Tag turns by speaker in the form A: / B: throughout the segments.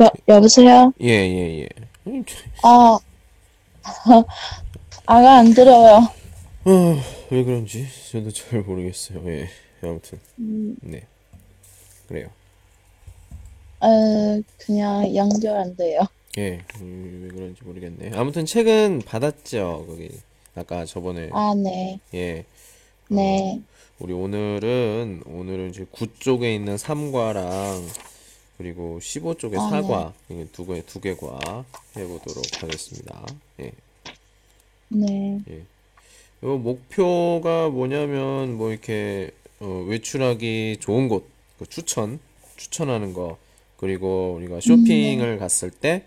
A: 여, 여보세요?
B: 예, 예, 예.
A: 아, 아가 안 들어요.
B: 아, 왜 그런지 저도 잘 모르겠어요. 예. 아무튼
A: 음,
B: 네. 그래요.
A: 에, 어, 그냥 연결 안 돼요.
B: 예. 음, 왜 그런지 모르겠네. 아무튼 책은 받았죠. 거기 아까 저번에
A: 아, 네.
B: 예.
A: 네.
B: 우리 오늘은 오늘은 이제 9 쪽에 있는 삼과랑 그리고 15 쪽에
A: 아, 네.
B: 사과 이게 두 개, 두 개과 해보도록 하겠습니다. 예.
A: 네.
B: 요 목표가 뭐냐면 뭐 이렇게 어, 외출하기 좋은 곳그 추천 추천하는 거 그리고 우리가 쇼핑을 갔을 때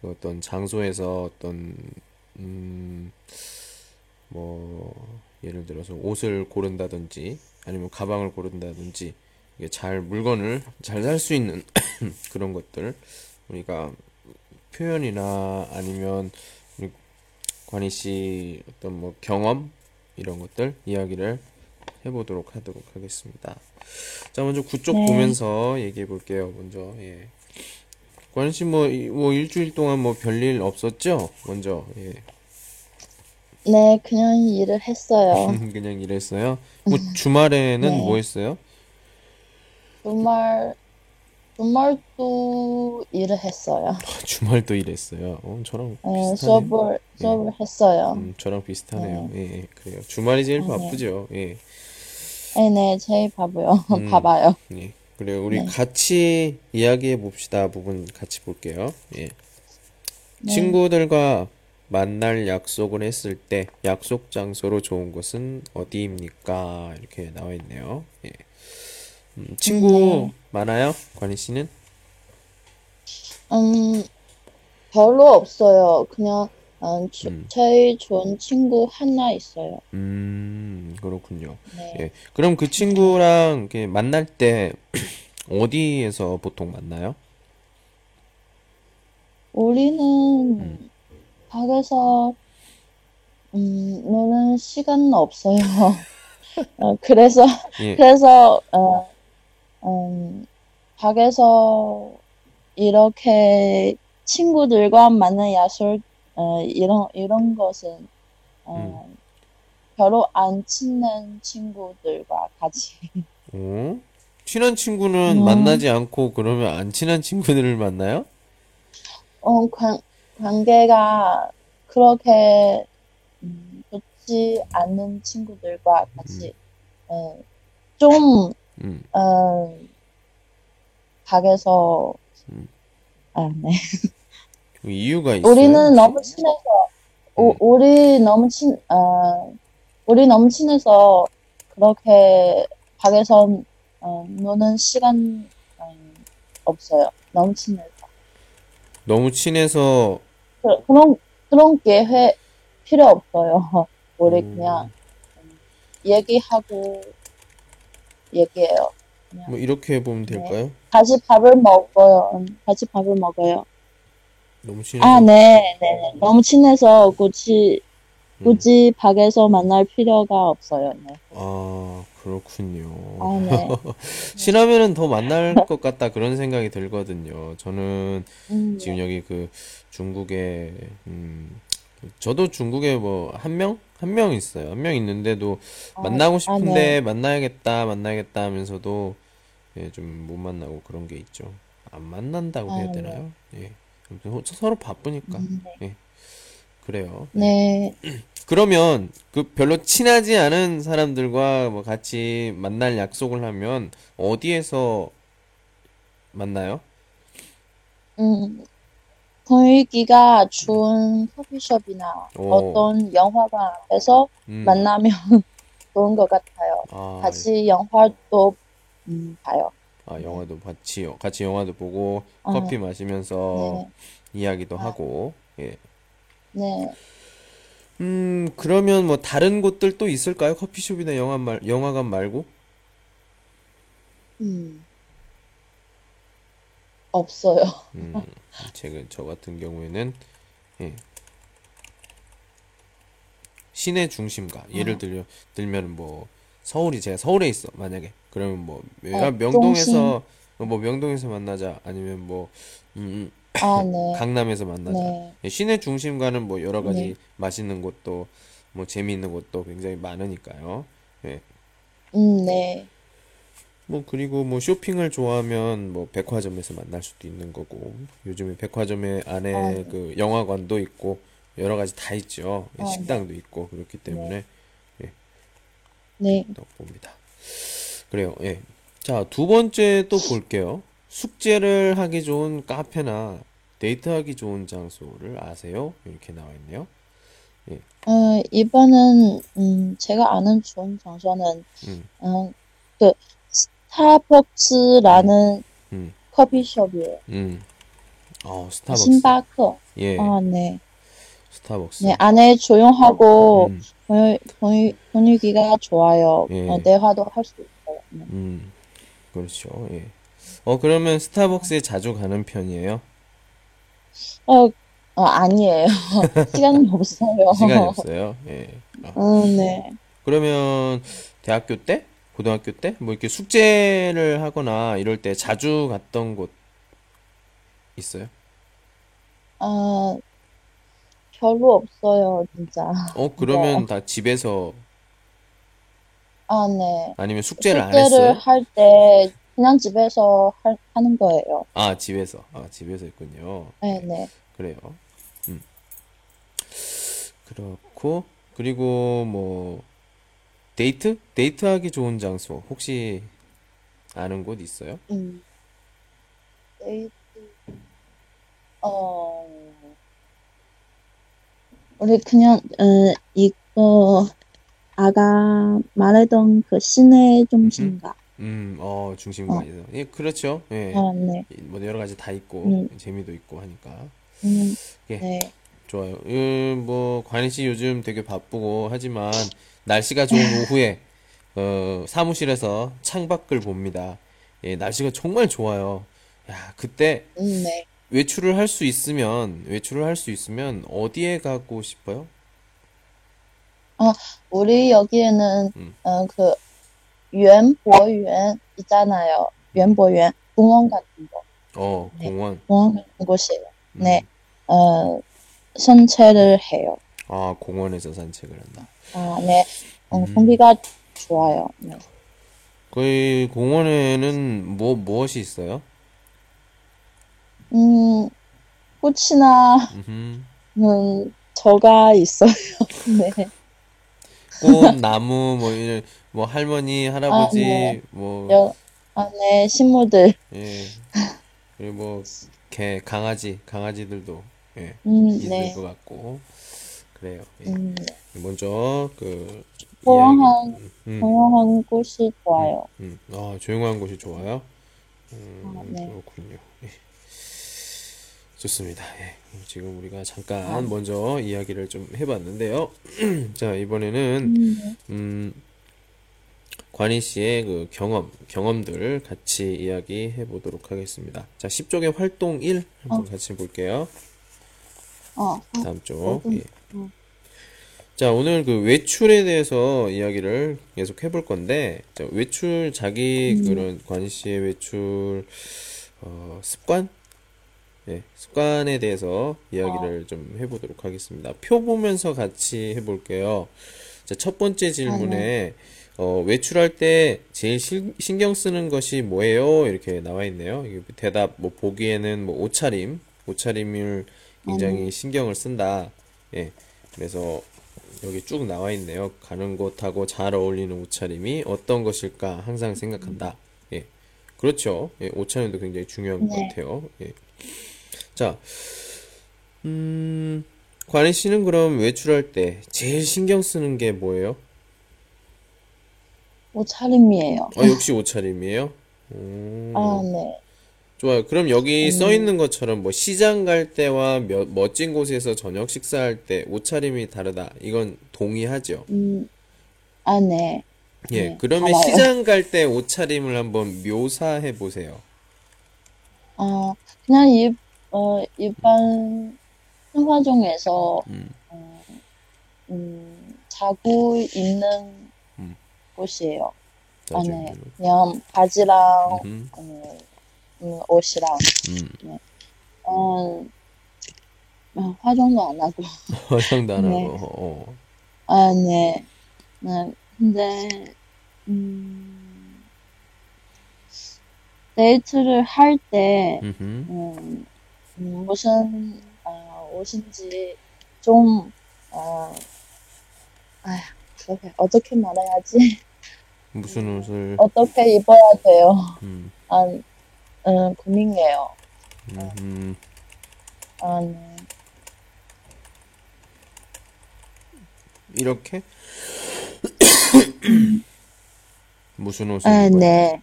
B: 그 어떤 장소에서 어떤 음, 뭐 예를 들어서 옷을 고른다든지 아니면 가방을 고른다든지 이게 잘 물건을 잘 살 수 있는 그런 것들 우리가 표현이나 아니면 우리 관희 씨 어떤 뭐 경험 이런 것들 이야기를 해보도록 하도록 하겠습니다. 자 먼저 구쪽
A: 네.
B: 보면서 얘기해 볼게요. 먼저 예. 관희 씨뭐 뭐 일주일 동안 뭐 별일 없었죠? 먼저 예.
A: 네, 그냥 일을 했어요.
B: 그냥 일했어요. 뭐 주말에는
A: 네.
B: 뭐 했어요?
A: 주말, 주말도 일을 했어요.
B: 주말도 일했어요. 어, 저랑
A: 에,
B: 비슷하네.
A: 수업을, 뭐. 수업을 했어요.
B: 음, 저랑 비슷하네요. 예, 예, 그래요. 주말이 제일
A: 네.
B: 바쁘죠. 예.
A: 네, 네, 제일 바보요.
B: 음.
A: 봐봐요.
B: 예. 그래요. 우리
A: 네.
B: 같이 이야기해 봅시다. 부분 같이 볼게요. 예.
A: 네.
B: 친구들과 만날 약속을 했을 때 약속 장소로 좋은 곳은 어디입니까? 이렇게 나와 있네요. 예. 음,
A: 네.
B: 친구 많아요? 관희 씨는?
A: 음, 별로 없어요. 그냥, 음, 주-
B: 음.
A: 제일 좋은 친구 하나 있어요.
B: 음, 그렇군요.
A: 네.
B: 예. 그럼 그 친구랑 이렇게 만날 때 어디에서 보통 만나요?
A: 우리는 밖에서 음, 노는 시간은 없어요. 어, 그래서
B: 예.
A: 그래서 어, 음, 밖에서 이렇게 친구들과 만난 약속 어, 이런 이런 것은 어, 별로 안 친한 친구들과 같이
B: 어? 친한 친구는
A: 음.
B: 만나지 않고 그러면 안 친한 친구들을 만나요?
A: 어, 관, 관계가 그렇게 음, 좋지 않는 친구들과 같이 어, 좀
B: 음.
A: 어, 밖에서
B: 음.
A: 아, 네.
B: 그 이유가 있어요?
A: 우리는
B: 혹시? 음.
A: 너무 친해서 우- 우리 너무 친 어, 우리 너무 친해서 그렇게 밖에서 어, 노는 시간 어, 없어요. 너무 친해서.
B: 너무 친해서
A: 그- 그런, 그런 기회 필요 없어요. 우리
B: 음.
A: 그냥 얘기하고 얘기해요.
B: 뭐 이렇게 보면
A: 네.
B: 될까요?
A: 같이 밥을 먹어요. 음, 같이 밥을 먹어요.
B: 너무 친해서
A: 아, 네, 네, 네. 너무 친해서 굳이,
B: 음.
A: 굳이 밖에서 만날 필요가 없어요. 네.
B: 아, 그렇군요.
A: 아, 네.
B: 친하면은 더 만날 것 같다 그런 생각이 들거든요. 저는
A: 음,
B: 지금 여기 그 중국에 음 저도 중국에 뭐 한 명? 한 명 있어요. 한 명 있는데도
A: 아,
B: 만나고
A: 아,
B: 싶은데
A: 네.
B: 만나야겠다, 만나야겠다 하면서도 예, 좀 못 만나고 그런 게 있죠. 안 만난다고 해야
A: 아, 네.
B: 되나요? 예. 아무튼 호- 서로 바쁘니까.
A: 음,
B: 예. 그래요. 예.
A: 네.
B: 그러면 그 별로 친하지 않은 사람들과 뭐 같이 만날 약속을 하면 어디에서 만나요?
A: 음, 분위기가 좋은 커피숍이나
B: 오.
A: 어떤 영화관 앞에서
B: 음.
A: 만나면 좋은 것 같아요.
B: 아,
A: 같이
B: 어.
A: 영화도 음, 봐요.
B: 아, 영화도 같이, 같이 영화도 보고,
A: 아,
B: 커피 마시면서
A: 네,
B: 이야기도
A: 아.
B: 하고, 예.
A: 네.
B: 음, 그러면 뭐 다른 곳들 또 있을까요? 커피숍이나 영화 말, 영화관 말고?
A: 음. 없어요.
B: 음, 제가, 저 같은 경우에는, 예. 시내 중심가. 예를
A: 아.
B: 들려, 들면 뭐, 서울이, 제가 서울에 있어, 만약에. 그러면 뭐, 내가
A: 네,
B: 명동에서, 뭐 명동에서 만나자 아니면 뭐 음, 음,
A: 아, 네.
B: 강남에서 만나자
A: 네.
B: 예, 시내 중심가는 뭐 여러
A: 네.
B: 가지 맛있는 곳도 뭐 재미있는 곳도 굉장히 많으니까요. 예.
A: 음, 네.
B: 뭐 그리고 뭐 쇼핑을 좋아하면 뭐 백화점에서 만날 수도 있는 거고 요즘에 백화점에
A: 아,
B: 안에
A: 네.
B: 그 영화관도 있고 여러 가지 다 있죠. 예,
A: 아, 네.
B: 식당도 있고 그렇기
A: 네.
B: 때문에 예,
A: 네.
B: 그렇다고 봅니다. 그래요. 예. 자, 두 번째 또 볼게요. 숙제를 하기 좋은 카페나 데이트하기 좋은 장소를 아세요? 이렇게 나와 있네요. 예.
A: 어, 이번은, 음, 제가 아는 좋은 장소는,
B: 음.
A: 음, 그, 스타벅스라는
B: 음.
A: 커피숍이에요.
B: 음. 어, 스타벅스.
A: 星巴克.
B: 예.
A: 아, 네. 네,
B: 스타벅스.
A: 안에 조용하고,
B: 음.
A: 분위, 분위, 분위기가 좋아요. 어,
B: 예.
A: 대화도 할 수 있어요. 네.
B: 음. 그렇죠. 예. 어, 그러면 스타벅스에 자주 가는 편이에요?
A: 어, 어, 아니에요. 시간이 없어요.
B: 시간이 없어요. 예. 아.
A: 음, 네.
B: 그러면 대학교 때? 고등학교 때? 뭐 이렇게 숙제를 하거나 이럴 때 자주 갔던 곳 있어요?
A: 아, 별로 없어요, 진짜.
B: 어,
A: 네.
B: 그러면 다 집에서
A: 아, 네.
B: 아니면 숙제를 안
A: 숙제를
B: 했어요?
A: 할 때, 그냥 집에서 할, 하는 거예요.
B: 아, 집에서. 아, 집에서 했군요.
A: 네,
B: 예.
A: 네.
B: 그래요. 음. 그렇고 그리고 뭐 데이트? 데이트하기 좋은 장소 혹시 아는 곳 있어요?
A: 음, 데이트, 어, 우리 그냥, 음, 이거, 아가 말했던 그 시내
B: 음,
A: 중심가.
B: 음, 어,
A: 어,
B: 중심가에서. 예, 그렇죠. 예.
A: 아, 네.
B: 뭐 여러 가지 다 있고
A: 음,
B: 재미도 있고 하니까.
A: 음,
B: 예.
A: 네.
B: 좋아요. 음, 뭐 관희 씨 요즘 되게 바쁘고 하지만 날씨가 좋은
A: 네.
B: 오후에 어, 사무실에서 창밖을 봅니다. 예, 날씨가 정말 좋아요. 야, 그때
A: 음, 네.
B: 외출을 할 수 있으면 외출을 할 수 있으면 어디에 가고 싶어요?
A: 아, 우리 여기에는,
B: 음,
A: 음, 그,园博园 있잖아요.
B: 음.
A: 园博园 공원 같은 거.
B: 어,
A: 네.
B: 공원.
A: 공원 같은 곳이에요. 네.
B: 음.
A: 어, 산책을 해요.
B: 아, 공원에서 산책을 한다.
A: 아, 네. 어,
B: 음.
A: 공기가 좋아요. 네.
B: 거의 그 공원에는 뭐 무엇이 있어요?
A: 음, 꽃이나
B: 음.
A: 음, 저가 있어요. 네.
B: 꽃, 나무 뭐 이런 뭐 할머니,
A: 아, 네.
B: 할아버지 뭐
A: 여, 아, 네. 식물들.
B: 예. 그리고 뭐, 개, 강아지, 강아지들도, 예,
A: 음,
B: 있을
A: 네.
B: 것 같고, 그래요. 예.
A: 음, 뭐, 네.
B: 먼저, 그, 이야기,
A: 조용한,
B: 음,
A: 조용한 곳이
B: 음,
A: 좋아요.
B: 음. 아, 조용한 곳이 좋아요.
A: 아,
B: 음,
A: 네.
B: 그렇군요. 예, 좋습니다. 예. 그럼 지금 우리가
A: 아,
B: 잠깐 먼저 이야기를 좀 해봤는데요. 자, 이번에는,
A: 음, 네.
B: 음, 관희 씨의 그 경험, 경험들 같이 이야기해 보도록 하겠습니다. 자, 10쪽의 활동 1
A: 어,
B: 한번 같이 볼게요.
A: 어, 어,
B: 다음 쪽.
A: 모든,
B: 예.
A: 어,
B: 자, 오늘 그 외출에 대해서 이야기를 계속 해볼 건데, 자, 외출, 자기
A: 음,
B: 그런 관희 씨의 외출, 어, 습관? 예, 습관에 대해서
A: 어,
B: 이야기를 좀 해보도록 하겠습니다. 표 보면서 같이 해볼게요. 자, 첫 번째
A: 아, 네.
B: 질문에, 어, 외출할 때 제일 실- 신경 쓰는 것이 뭐예요? 이렇게 나와 있네요. 이게 대답, 뭐, 보기에는 뭐, 옷차림, 옷차림을
A: 아, 네.
B: 굉장히 신경을 쓴다. 예, 그래서 여기 쭉 나와 있네요. 가는 곳하고 잘 어울리는 옷차림이 어떤 것일까 항상 생각한다. 예, 그렇죠. 예, 옷차림도 굉장히 중요한 것
A: 네.
B: 같아요. 예. 자, 음, 관희 씨는 그럼 외출할 때 제일 신경 쓰는 게 뭐예요?
A: 옷차림이에요.
B: 아, 역시 옷차림이에요?
A: 아,
B: 음,
A: 네.
B: 좋아요. 그럼 여기 써
A: 음,
B: 있는 것처럼 뭐 시장 갈 때와 며- 멋진 곳에서 저녁 식사할 때 옷차림이 다르다. 이건 동의하죠.
A: 음, 아, 네.
B: 예,
A: 네,
B: 그러면
A: 알아요.
B: 시장 갈 때 옷차림을 한번 묘사해 보세요.
A: 어, 그냥 일, 어, 일반 생활 중에서,
B: 음,
A: 어, 음, 자고 있는
B: 음,
A: 곳이에요. 아,
B: 자주
A: 네.
B: 입는 옷.
A: 그냥 바지랑,
B: 음,
A: 어, 음, 옷이랑,
B: 음.
A: 음, 음, 화장도 안 하고.
B: 화장도 안
A: 네.
B: 하고. 어.
A: 아, 네. 음, 근데, 음, 데이트를 할 때,
B: 음흠.
A: 음, 음, 무슨, 어, 옷인지 좀, 어, 아휴, 그렇게, 어떻게 말해야지?
B: 무슨 옷을
A: 어떻게 입어야 돼요?
B: 음.
A: 아, 음, 고민이에요.
B: 음흠.
A: 아, 네.
B: 이렇게 무슨 옷을
A: 아,
B: 입어요?
A: 네.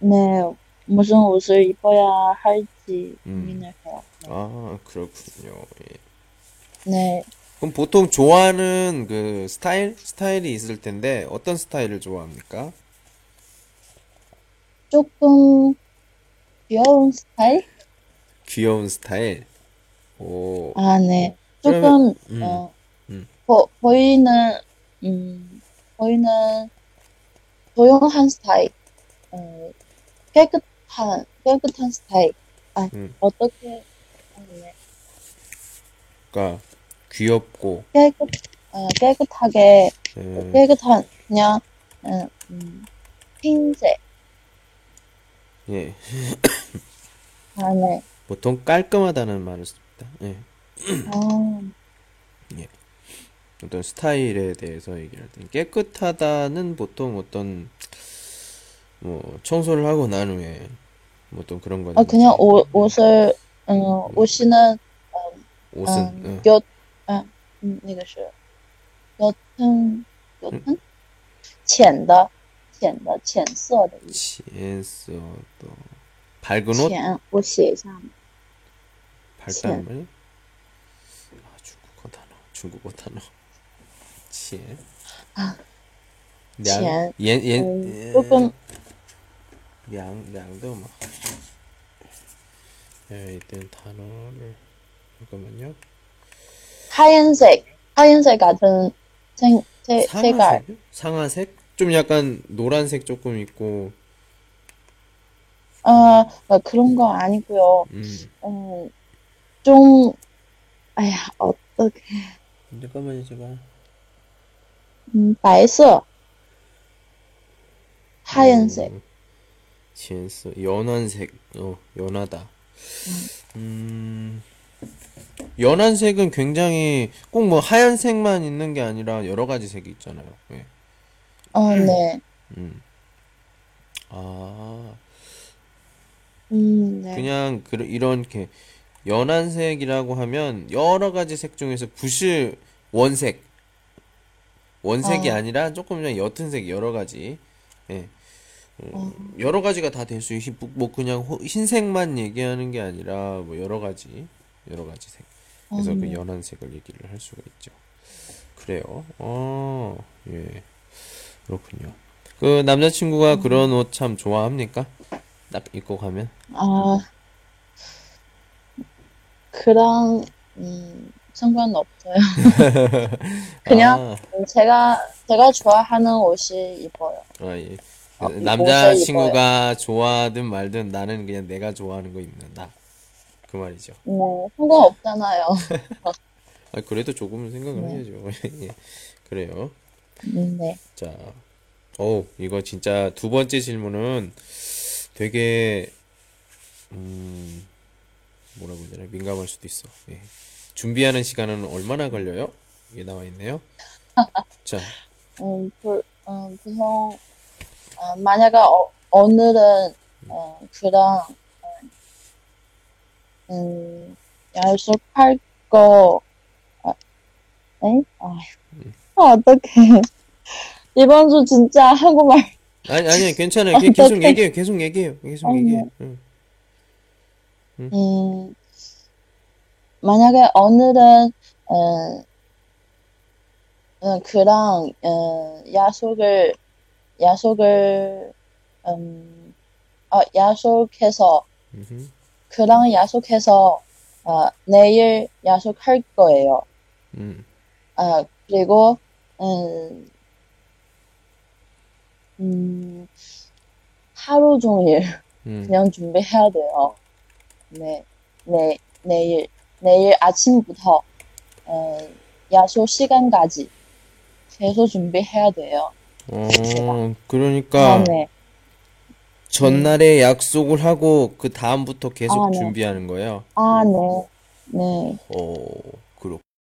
A: 네, 무슨 옷을 입어야 할지
B: 음.
A: 고민을 해요. 네.
B: 아, 그렇군요. 예.
A: 네,
B: 그럼 보통 좋아하는 그 스타일 스타일이 있을 텐데 어떤 스타일을 좋아합니까?
A: 조금 귀여운 스타일?
B: 귀여운 스타일. 뭐, 오,
A: 아, 네.
B: 그러면
A: 조금,
B: 음,
A: 어,
B: 음.
A: 보, 보이는, 음, 보이는 조용한 스타일, 어, 깨끗한, 깨끗한 스타일. 아,
B: 음,
A: 어떻게, 아, 네.
B: 그러니까 귀엽고
A: 깨끗, 어, 깨끗하게,
B: 음,
A: 깨끗한, 그냥, 음, 음, 흰색.
B: 예,
A: 아, 네.
B: 보통 깔끔하다는 말을 씁니다. 예,
A: 아,
B: 예. 어떤 스타일에 대해서 얘기할 때 깨끗하다는 보통 어떤 뭐 청소를 하고 난 후에 뭐 어떤 그런
A: 아,
B: 거는
A: 그냥
B: 거죠.
A: 옷, 옷을, 음, 옷이는, 哦
B: 옷은 예.
A: 음,
B: 응.
A: 곁, 아, 음, 嗯那个是, 옅은, 옅은? 嗯浅的,浅的,浅色的意思.
B: 치엔스 또 밝은 옷
A: 浅,我写一下嘛.
B: 밝다는 말이 아, 중국어 단어 중국어 단어 치엔
A: 啊,
B: 량
A: 浅, 아,
B: 예,
A: 음, 조금,
B: 옌옌량 량도 막 예, 일단 단어를 잠깐만요
A: 하얀색, 하얀색 같은 색, 색, 색깔.
B: 상아색 상아색 좀 약간 노란색 조금 있고
A: 아, 아, 그런 거 아니고요.
B: 음
A: 음, 좀, 아야, 어떡해.
B: 잠깐만요 제가
A: 음, 嗯白色, 하얀색.
B: 어, 지엔스 연한색 어 연하다
A: 음,
B: 음 연한 색은 굉장히 꼭 뭐 하얀색만 있는 게 아니라 여러 가지 색이 있잖아요. 예.
A: 어, 네.
B: 음. 아,
A: 음, 네.
B: 그냥 그 이렇게 연한 색이라고 하면 여러 가지 색 중에서 부실 원색, 원색이
A: 아,
B: 아니라 조금 그냥 옅은 색 여러 가지. 예. 어,
A: 어,
B: 여러 가지가 다 될 수 있, 뭐 그냥 호- 흰색만 얘기하는 게 아니라 뭐 여러 가지, 여러 가지 색.
A: 어,
B: 그래서 그
A: 네.
B: 연한 색을 얘기를 할 수가 있죠. 그래요. 어, 예. 그렇군요. 그 남자친구가
A: 음,
B: 그런 옷 참 좋아합니까? 딱 입고 가면?
A: 아, 그런, 음, 상관없어요. 그냥,
B: 아,
A: 음, 제가, 제가 좋아하는 옷이 입어요.
B: 아, 예.
A: 어, 이 옷을 입어요.
B: 남자친구가 좋아하든 말든 나는 그냥 내가 좋아하는 거 입는다. 그 말이죠.
A: 뭐, 상관없잖아요.
B: 아, 그래도 조금은 생각을
A: 네,
B: 해야죠. 예. 그래요.
A: 음, 네.
B: 자, 어 이거 진짜 두 번째 질문은 되게, 음, 뭐라고 해야 되나 민감할 수도 있어. 예. 준비하는 시간은 얼마나 걸려요? 이게 나와 있네요. 자,
A: 음, 그, 음, 보통, 어, 만약에 어, 오늘은, 어, 그런, 음, 약속할 거, 아, 에? 아, 어떡해. 이번 주 진짜 한국말,
B: 아니 아니 괜찮아요. 계- 계속
A: 어떡해.
B: 얘기해요. 계속 얘기해요. 계속 얘기해.
A: 어머.
B: 응, 응,
A: 음, 만약에 오늘은, 음, 음, 그랑, 음, 약속을, 약속을, 음, 어, 약속해서,
B: 음,
A: 그랑 약속해서, 어, 내일 약속할 거예요.
B: 음,
A: 아, 그리고, 음, 음, 하루 종일, 그냥 준비해야 돼요. 네, 네, 내일, 내일 아침부터, 어, 야쇼 시간까지 계속 준비해야 돼요. 아, 네.
B: 어, 그러니까
A: 다음에,
B: 전날에 약속을 하고 그 다음부터 계속
A: 네. 아, 네.
B: 준비하는 거예요. 어,
A: 아, 네, 네.
B: 오.